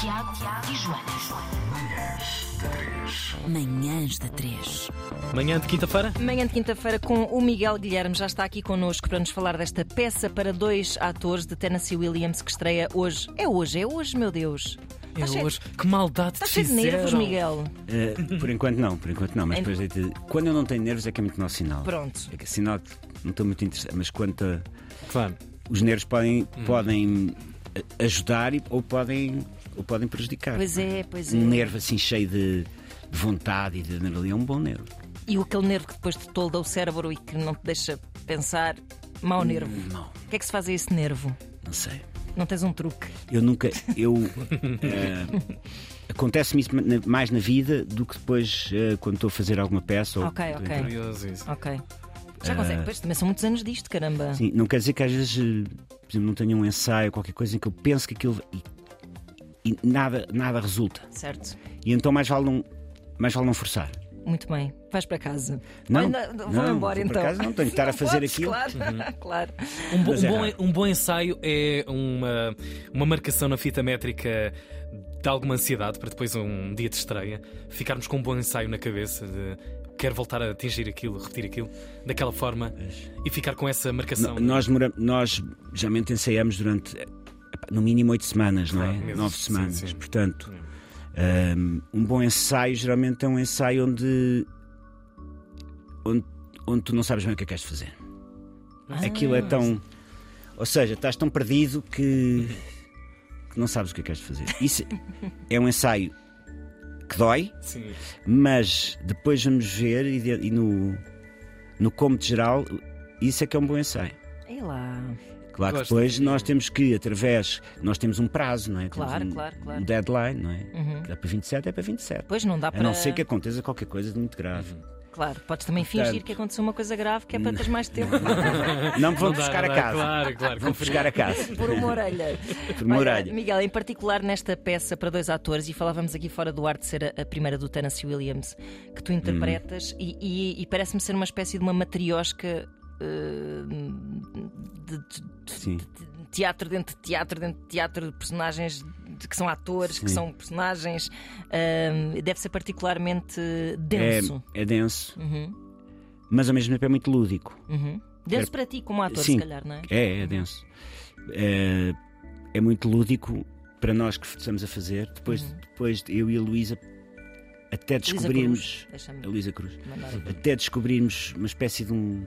Tiago, Tiago e Joana. Manhãs da 3. Manhã de quinta-feira? Manhã de quinta-feira com o Miguel Guilherme já está aqui connosco para nos falar desta peça para dois atores de Tennessee Williams que estreia hoje. É hoje, é hoje, meu Deus. É cheio- hoje. Que maldade Está te cheio de fizeram. nervos, Miguel. Eh, por enquanto não, por enquanto não, mas Ent- depois depois quando eu não tenho nervos é que é muito mau sinal. Pronto. É que é sinal que não estou muito interessado, mas quando tá- Claro. os nervos podem, podem eh, ajudar e- ou podem ou podem prejudicar. Pois é, pois é. Um nervo assim cheio de de vontade e de adrenalina é um bom nervo. E o aquele nervo que depois te tolda o cérebro e que não te deixa pensar. Hum. Mau nervo. Não, O que é que se faz a esse nervo? não sei. Não tens um truque. Eu nunca, eu eh, acontece-me isso na- mais na vida do que depois eh, quando estou a fazer alguma peça. ou- Ok, ok. Curioso isso. Ok. Já consegue. Pois também são muitos anos disto, caramba. Eh, Sim, não quer dizer que às vezes eh, por exemplo, não tenha um ensaio, qualquer coisa em que eu penso que aquilo. e, e nada, nada resulta. Certo. E então mais vale não, mais vale não forçar. Muito bem. Vais para casa. Não, Olha, vou não, embora vou para então. casa, não, tenho que estar a Não fazer podes, aquilo. Uhum. Claro, claro. Um, bo- Mas é um bom, raro. um bom ensaio é uma, uma marcação na fita métrica de alguma ansiedade para depois um dia de estreia ficarmos com um bom ensaio na cabeça de quero voltar a atingir aquilo, repetir aquilo daquela forma e ficar com essa marcação. No- nós, demora- nós geralmente ensaiamos durante eh, no mínimo oito semanas, não é? Claro, meses. Nove Sim, semanas. sim. Portanto, um, um bom ensaio geralmente é um ensaio onde, onde, onde tu não sabes bem o que é que queres fazer. Aquilo Ah, é tão. Ou seja, estás tão perdido que, que não sabes o que é que queres fazer. Isso é um ensaio que dói, Sim. mas depois vamos ver e, de- e no, no como de geral, isso é que é um bom ensaio. Ei lá. Claro que Gosto. depois nós temos que, através, nós temos um prazo, não é? Temos Claro, um, claro, claro. um deadline, não é? Que Dá para 27, é para 27. Pois não dá A para. não ser que aconteça qualquer coisa de muito grave. Claro, podes também Portanto- Hum. fingir que aconteceu uma coisa grave que é para teres mais tempo Não me vão Uhum. Não dá, buscar não a dá, casa. Claro, claro. Vão buscar a casa. por um uma orelha. Por uma Olha, orelha. Miguel, em particular nesta peça para dois atores, e falávamos aqui fora do ar de ser a, a primeira do Tennessee Williams que tu interpretas, Hum. e, e- e parece-me ser uma espécie de uma matriosca eh, de- de- de Sim. teatro dentro de teatro dentro de teatro de personagens de- que são atores, que são personagens. ahm, deve ser particularmente denso. É, é denso, Uhum, mas ao mesmo tempo é muito lúdico. uhum. Denso para ti como ator, se É. Sim. calhar, não é? É, é denso. É, é muito lúdico para nós que estamos a fazer. Depois, depois eu e a Luísa até Luísa descobrimos. Cruz, deixa-me A Luísa Cruz. mandar. Até descobrirmos uma espécie de um.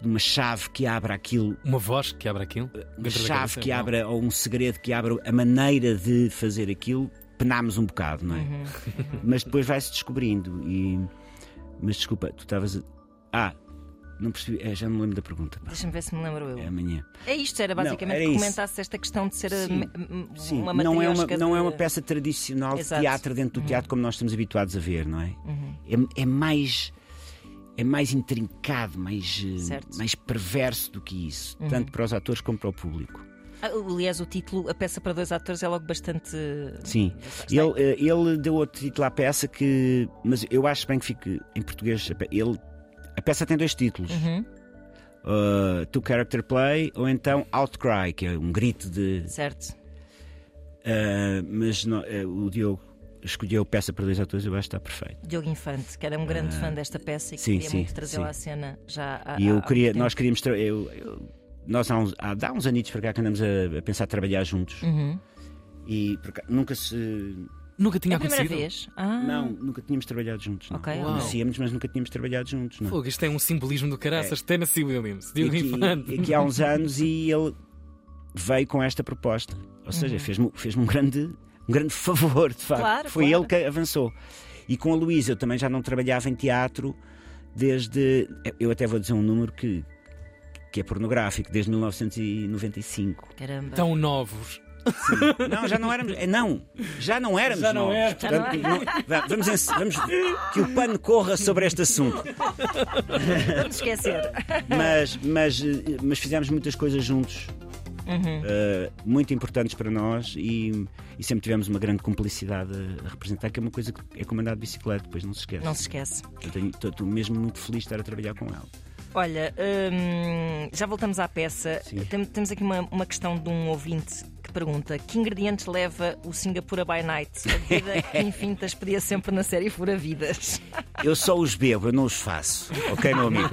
De uma chave que abra aquilo, Uma voz que abre aquilo. uma dentro da chave cabeça, que não? abra, ou um segredo que abra a maneira de fazer aquilo, penámos um bocado, não é? Mas depois vai-se descobrindo. E... Mas desculpa, tu estavas. a- Ah, não percebi, é, já não me lembro da pergunta. pá. Deixa-me ver se me lembro eu. É amanhã. É isto, era basicamente era que isso. comentasse esta questão de ser a Sim, me- m- Sim, uma não é uma, matriosca não de- é uma peça tradicional Exato. Uhum. de teatro dentro do teatro como nós estamos habituados a ver, não é? É, é mais é mais intrincado, mais eh, Certo. Uhum. mais perverso do que isso, tanto para os atores como para o público. Ah, aliás, o título, a peça para dois atores, é logo bastante. Sim, ele, eh, ele deu outro título à peça que, mas eu acho bem que fique em português. a pe- Ele a peça tem dois títulos. Uhum. Uh, Two Character Play ou então Outcry, que é um grito de, Certo. Uh, mas não- uh, o Diogo escolheu peça para dois atores, eu acho que está perfeito. Diogo Infante, que era um grande fã desta peça e que Ah. sim, queria sim, muito trazê-la sim. à cena já há, E há- eu há queria, muito nós tempo. queríamos. tra- Eu, eu- nós há uns, há, dá uns anitos para cá que andamos a, a pensar trabalhar juntos Hum. e por acaso, nunca se. Nunca É tinha a primeira acontecido. vez? Ah, Não, nunca tínhamos trabalhado juntos. Não. Ok. Uau. Conhecíamos, mas nunca tínhamos trabalhado juntos. Não. É. Fogo, isto é um simbolismo do caraças. Tennessee Williams, E Diogo Infante. aqui, aqui há uns anos e ele veio com esta proposta. Ou seja, fez-me fez um, grande, um grande favor, de facto. Uhum. Claro, Foi claro. ele que avançou. E com a Luísa, eu também já não trabalhava em teatro desde. Eu até vou dizer um número que, que é pornográfico, desde 1995. Caramba. Tão novos. Não, já não éramos. eh, Não, já não éramos. Já não nós. era. Portanto, não- va- vamos, ens- vamos que o pano corra sobre este assunto. Vamos esquecer. Mas, mas, eh, mas fizemos muitas coisas juntos. eh, muito importantes para nós e, e sempre tivemos uma grande cumplicidade a, a representar, que é uma coisa que é como andar de bicicleta, depois não se esquece. Não se esquece. Estou estou mesmo muito feliz de estar a trabalhar com ela. Olha, hum, já voltamos à peça. Sim. Tem- Temos aqui uma, uma questão de um ouvinte que pergunta: que ingredientes leva o Singapura by Night? A bebida que Infintas pedia sempre na série Fura Vidas. Eu só os bebo, eu não os faço. Ok, meu amigo?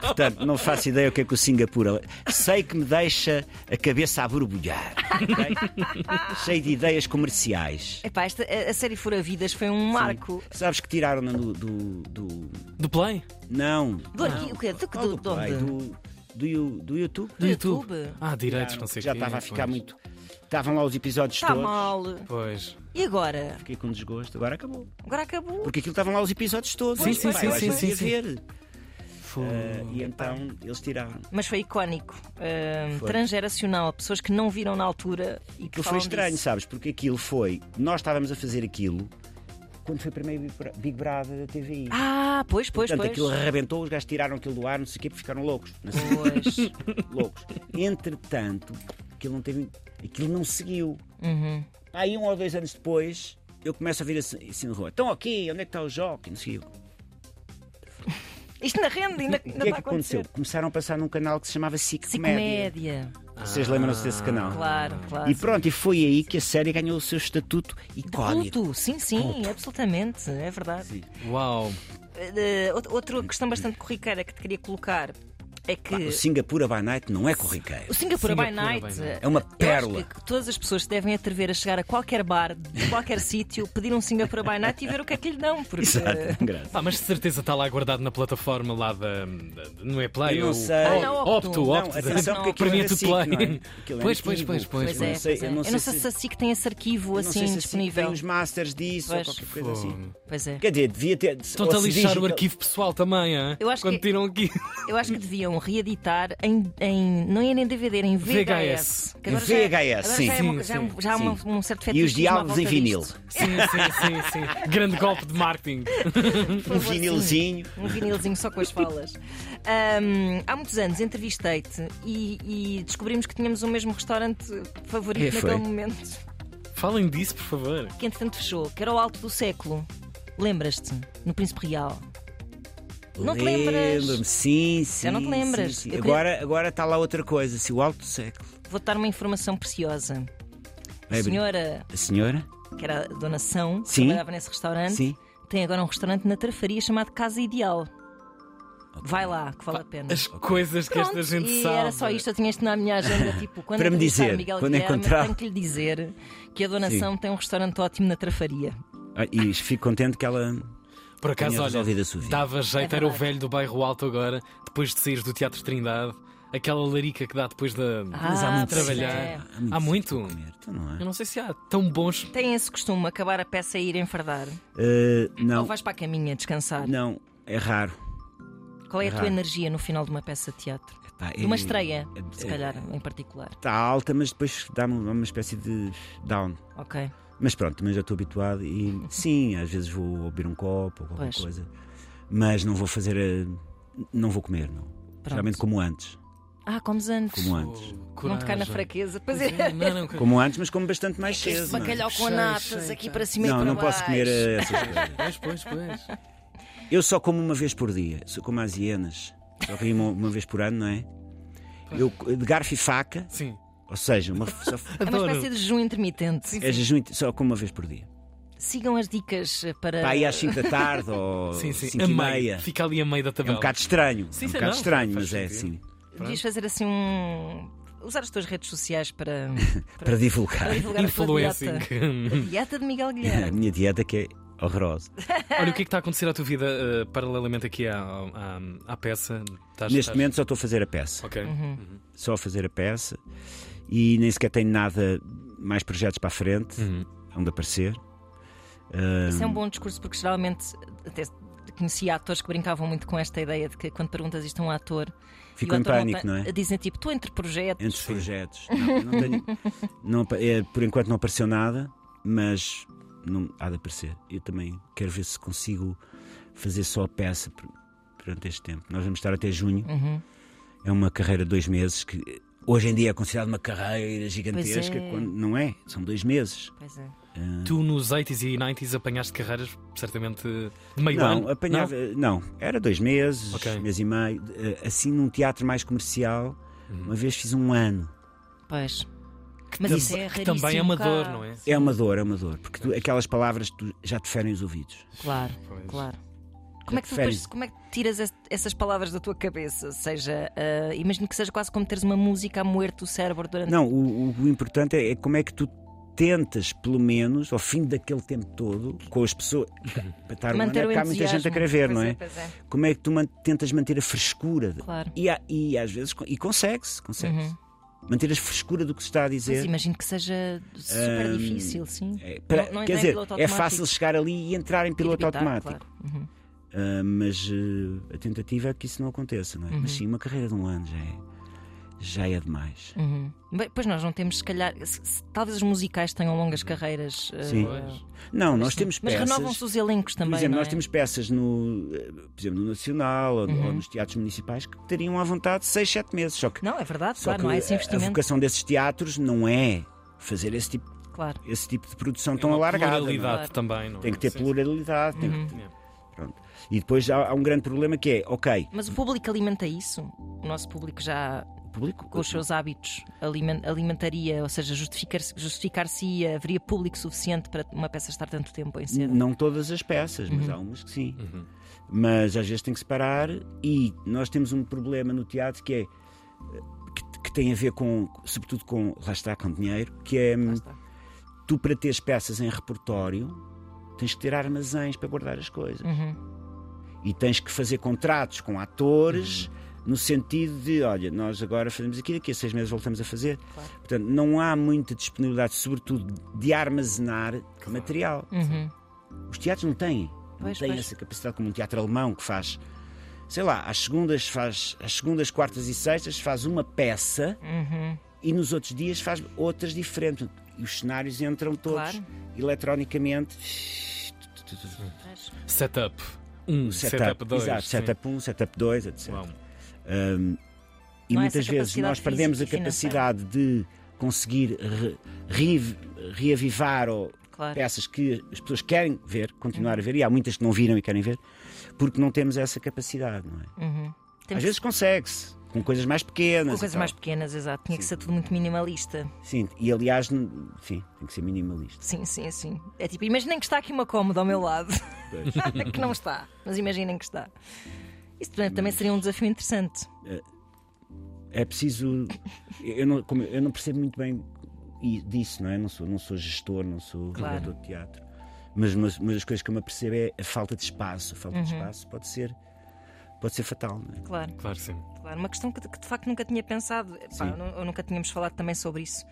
Portanto, não faço ideia o que é que o Singapura. Sei que me deixa a cabeça a borbulhar. ok? Cheio de ideias comerciais. Epá, esta, a, a série Fura Vidas foi um marco. Sabes que tiraram-na do, do, do- Do Play? Não. Do arquivo, o quê? Do, Qual do, do, Play? onde? do, do, you- do YouTube. Do YouTube? Ah, direitos, não sei o Já quê, estava a ficar pois. muito. Estavam lá os episódios Está todos. Tá mal. Pois. E agora? Fiquei com desgosto, agora acabou. Agora acabou. Porque aquilo estavam lá os episódios todos. Sim, sim, Pá, sim, eu sim, não sim, Hum. ia sim. ver. Fogo. Ah, e então eles tiraram. Mas foi icónico, hum, Foi. transgeracional, pessoas que não viram na altura e que Aquilo foi falam estranho, disso. sabes? Porque aquilo foi. Nós estávamos a fazer aquilo quando foi o primeiro Big Bra- Big Brother da TVI. Ah, pois, pois, Portanto, pois. aquilo arrebentou, os gajos tiraram aquilo do ar, não sei o quê, porque ficaram loucos. Não sei, Pois. loucos. Entretanto, aquilo não teve. Aquilo não seguiu. Uhum. Aí um ou dois anos depois, eu começo a vir assim, assim na rua. Estão aqui, onde é que está o jogo? E não seguiu. Isto na renda ainda, ainda O que é está que a aconteceu? acontecer. Começaram a passar num canal que se chamava Sick Comédia. Psicomédia. Vocês lembram-se desse canal? Ah, Claro, claro. E pronto, e foi aí que a série ganhou o seu estatuto icónico. Culto, sim, sim, absolutamente, é verdade. Uau. Eh, out- outra questão bastante corriqueira que te queria colocar é que Pá, O Singapura by Night não é corriqueiro. o Singapura, by Singapura by Night Night. eh, É uma eu acho pérola. que todas as pessoas se devem atrever a chegar a qualquer bar, de qualquer sítio, pedir um Singapura by Night e ver o que é que lhe dão. Porque... eh, Exato, É assim, engraçado. Pá, mas de certeza está lá guardado na plataforma lá da. da- não é Play? Eu não ou- sei. Ah, não, Opto, Opto. Não, Opto. atenção não, que aquilo para mim é era tudo SIC, não é? Play. Aquilo era Pois, pois, antigo. pois, pois, Pois Eu é, não sei- pois é. eu não sei se- a SIC tem esse arquivo eu não sei assim se a SIC disponível. Tem os masters disso Pois. ou qualquer coisa assim. Pois é. Quer dizer, devia ter. Estão-te a ou se lixar digital- o arquivo pessoal também, hã? Eu acho Quando que- tiram aqui. Eu acho Hum. que deviam reeditar em, em- não é era em DVD, era em VHS. VHS. Que agora Em já- VHS, agora sim. Já, é uma- já, é um- já há uma- um certo E os fetichismo à diabos em volta vinil. disto. Sim, sim, sim, sim. Grande golpe de marketing. Um vinilzinho. Um vinilzinho só com as falas. Ahm, há muitos anos entrevistei-te e, e descobrimos que tínhamos o mesmo restaurante favorito É, foi. naquele momento, Falem disso, por favor. que entretanto fechou, que era o Alto do Século. Lembras-te? No Príncipe Real. Não te lembras? Lembro-me, sim, sim. Já não te sim, lembras? sim. Eu queria- Agora, agora está lá outra coisa, se o alto do século. Vou-te dar uma informação preciosa. A Vai abrir. senhora, A senhora? que era a Dona São, que É, Sim. trabalhava nesse restaurante, Sim. tem agora um restaurante na Trafaria chamado Casa Ideal. Vai lá, que vale a pena. As coisas que esta Pronto, gente e sabe. era só isto, eu tinha isto na minha agenda. Tipo, quando Para me entrevistar dizer, Miguel quando Guilherme, encontrar. tenho que lhe dizer que a donação tem um restaurante ótimo na Trafaria. Ah, E fico contente que ela. Por acaso, Tinha olha, resolvido a sua vida. dava jeito, É era o verdade. velho do bairro Alto agora, depois de sair do Teatro Trindade, aquela larica que dá depois da. Mas há muito trabalhar. Ah, é. Há muito. sítio para comer, então não é? Eu não sei se há tão bons. Tem esse costume, acabar a peça e ir enfardar. Eh, Ou não, vais para a caminha descansar. não, é raro. Qual é a tua Errado. energia no final de uma peça de teatro? Pá, De uma estreia, é- se é- calhar, em particular. Está tá alta, mas depois dá-me uma espécie de down. Ok. Mas pronto, também já estou habituado e sim, às vezes vou beber um copo ou qualquer Pois. coisa, mas não vou fazer. a- Não vou comer, não. Geralmente como antes. Ah, comes antes. Como antes. Não tocar na fraqueza. fraqueza. Pois é. Não, não, co- Como antes, mas como bastante mais cedo. Este não é? bacalhau com Sei, natas sei, aqui sei. para cima e Não, para não baixo. posso comer eh, essas coisas. Pois, pois, pois. Eu só como uma vez por dia, só como as hienas. Só que uma, uma vez por ano, não é? Eu de garfo e faca, Sim. ou seja, uma, só, É uma Adoro. espécie de jejum intermitente. é jejum, só como uma vez por dia. Sigam as dicas para. Pá, aí às 5 da tarde ou Sim, sim. 5 A e meio. meia. Fica ali a meio da É um tabela. bocado estranho. Sim, é um sim, bocado não, estranho, faz mas é sentido. assim. Devias fazer assim um. Usar as tuas redes sociais para, Para divulgar. para divulgar a tua Influencing. dieta. A dieta de Miguel A Guilherme. minha dieta que é horrorosa. Olha, o que é que está a acontecer à tua vida eh, paralelamente aqui à, à, à peça? Estás- Neste estás- momento só estou a fazer a peça. Ok. Uhum. Só a fazer a peça e nem sequer tenho nada mais projetos para a frente. Uhum. Onde aparecer. Isso é um bom discurso porque geralmente até conhecia atores que brincavam muito com esta ideia de que quando perguntas isto a um ator. Ficam e o ator Ah, em pânico, não Ah, é? Dizem tipo, estou entre projetos. Entre os projetos. Não, não tenho- não apa- é, por enquanto não apareceu nada, mas não, há de aparecer. Eu também quero ver se consigo fazer só a peça por- durante este tempo. Nós vamos estar até junho. Uhum. É uma carreira de dois meses que hoje em dia é considerada uma carreira gigantesca, Pois é. quando não é? São dois meses. Pois é. Tu nos 80s e 90s apanhaste carreiras, certamente, de meio ano? Não, apanhava. Não? era dois meses, Ok. mês e meio. Uhum. eh, Assim num teatro mais comercial, uma vez fiz um ano. Pois. Mas tam- isso é que raríssimo também é uma cá. dor, não é? É uma dor, é uma dor, porque tu- aquelas palavras tu, já te ferem os ouvidos. Claro, Pois. claro. Como é, que tu Ferem. depois- como é que tiras es- essas palavras da tua cabeça? Ou seja, ah, imagino que seja quase como teres uma música a moer-te o cérebro durante. Não, o, o- o importante é, é como é que tu tentas, pelo menos, ao fim daquele tempo todo, com as pessoas. Para estar uma Manter o maneira é que há muita gente a entusiasmo. querer ver, Pois não é, é? pois é. Como é que tu man- tentas manter a frescura? de- Claro. E, há- e às vezes, co- e consegue-se, consegue-se. Manter a frescura do que se está a Uhum. Mas dizer. imagino que seja super Ahm, difícil, sim. É, para- Não- não quer entra em dizer, piloto é automático. fácil chegar ali e entrar em piloto Evitar, automático. claro. Uhum. Ah, mas eh, a tentativa é que isso não aconteça, não é? Uhum. Mas sim, uma carreira de um ano já é, já é demais. Uhum. Bem, pois nós não temos, se calhar, se- se- talvez os musicais tenham longas carreiras. eh, Sim. Pois. Não, nós temos Mas peças. renovam-se os elencos por também. exemplo, não nós é? temos peças no, eh, por exemplo, no Nacional ou, Uhum. ou nos teatros municipais que teriam à vontade 6, 7 meses. Só que, Não, é verdade, só claro, que não há esse a- a investimento. vocação desses teatros não é fazer esse tipo, Claro. esse tipo de produção É tão uma alargada. não é? Pluralidade Claro. também, não é? Tem que ter Sim, pluralidade. tem que Uhum. sim. ter- É. pronto. E depois há, há um grande problema que é, ok, Mas o público alimenta isso? O nosso público já, o público. com os seus hábitos, alimen- alimentaria, ou seja, justificar-se, justificar-se-ia, haveria público suficiente para uma peça estar tanto tempo em cena? Não todas as peças, Uhum. mas há umas que sim. Mas às vezes tem que separar e nós temos um problema no teatro que é que, que tem a ver com, sobretudo com, lá está, com dinheiro, que é Lá está. tu para teres peças em repertório tens que ter armazéns para guardar as coisas Uhum. e tens que fazer contratos com atores Uhum. no sentido de, olha, nós agora fazemos aqui, daqui a seis meses voltamos a fazer. Claro. Portanto, não há muita disponibilidade, sobretudo, de armazenar material. Uhum. Os teatros não têm. Pois, não têm pois. essa capacidade como um teatro alemão que faz, sei lá, às segundas faz, às segundas, quartas e sextas faz uma peça Uhum. e nos outros dias faz outras diferentes. E os cenários entram todos Claro. eletronicamente. Mas- Setup 1, setup 2. exato, setup 1, setup 2, etc. E Não há muitas essa vezes nós capacidade perdemos a física e capacidade de conseguir re- re- reavivar ou Claro. Uhum. peças que as pessoas querem ver, continuar a ver, e há muitas que não viram e querem ver, porque não temos essa capacidade, não é? Uhum. Temos Às vezes consegue-se, com coisas mais pequenas. com e coisas tal. mais pequenas, exato. Tinha que ser tudo muito minimalista. Sim, e aliás, n- sim, tem que ser minimalista. Sim, sim, sim. É tipo, imaginem que está aqui uma cômoda ao meu lado. Pois. que não está, mas imaginem que está. Isso também, também seria um desafio interessante. É preciso. Eu não, como eu- eu não percebo muito bem i- disso, não é? Não sou, não sou gestor, não sou Claro. diretor de teatro. Mas uma, uma das coisas que eu me apercebo é a falta de espaço. A falta de Uhum. espaço pode ser, pode ser fatal, não é? Claro, Claro, sim. claro. Uma questão que, que de facto nunca tinha pensado, Pá, Sim. eu nu- eu nunca tínhamos falado também sobre isso.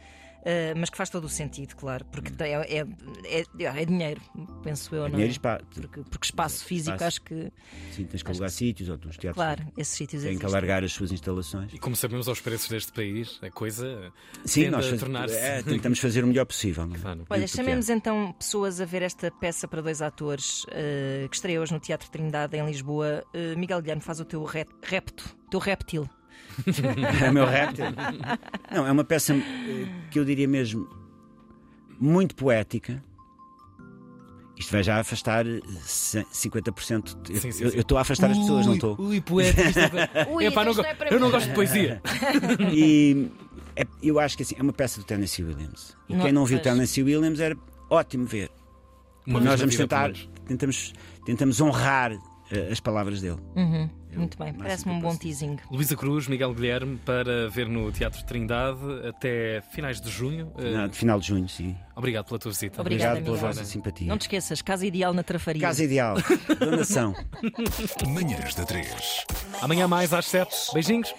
Ah, mas que faz todo o sentido, claro, porque tem- é, é- é dinheiro, penso eu, não É Hum. dinheiro é? e espaço. Porque, porque espaço físico, espaço. acho que, Sim, tens que alugar sítios, ou os teatros claro, esses sítios é têm que existem. alargar as suas instalações. E como sabemos, aos preços deste país, a coisa Sim, tende nós a faz- tornar-se. é, tentamos fazer o melhor possível. não é? Claro. Olha, Dentro do chamemos teatro. então pessoas a ver esta peça para dois atores eh, que estreia hoje no Teatro Trindade em Lisboa. Eh, Miguel Guilherme, faz o teu re- repto, teu reptil. É o meu réptil. Não, é uma peça eh, que eu diria mesmo muito poética. Isto vai já afastar eh, ce- 50%. Eu- Sim, sim, eu- sim. Eu estou a afastar as pessoas, não Ui, estou? Ui, poeta. isto é- Ui, Epá, não isto go- não é para eu não mim. gosto de poesia. E é- eu acho que assim, é uma peça do Tennessee Williams. E Não, quem não viu pois. Tennessee Williams era ótimo ver. Uma vez na Nós vamos vida, tentar, pelo menos. tentamos, tentamos honrar eh, as palavras dele. Uhum, Muito bem, máximo parece-me um que eu bom posso dizer. teasing. Luísa Cruz, Miguel Guilherme, para ver no Teatro Trindade até finais de junho. Eh, Na- final de junho, sim. Obrigado pela tua visita. Obrigada, Obrigado pela Miguel. vossa simpatia. Não te esqueças, casa ideal na trafaria. Casa ideal, donação. Manhãs da 3. Amanhã mais às 7. Beijinhos.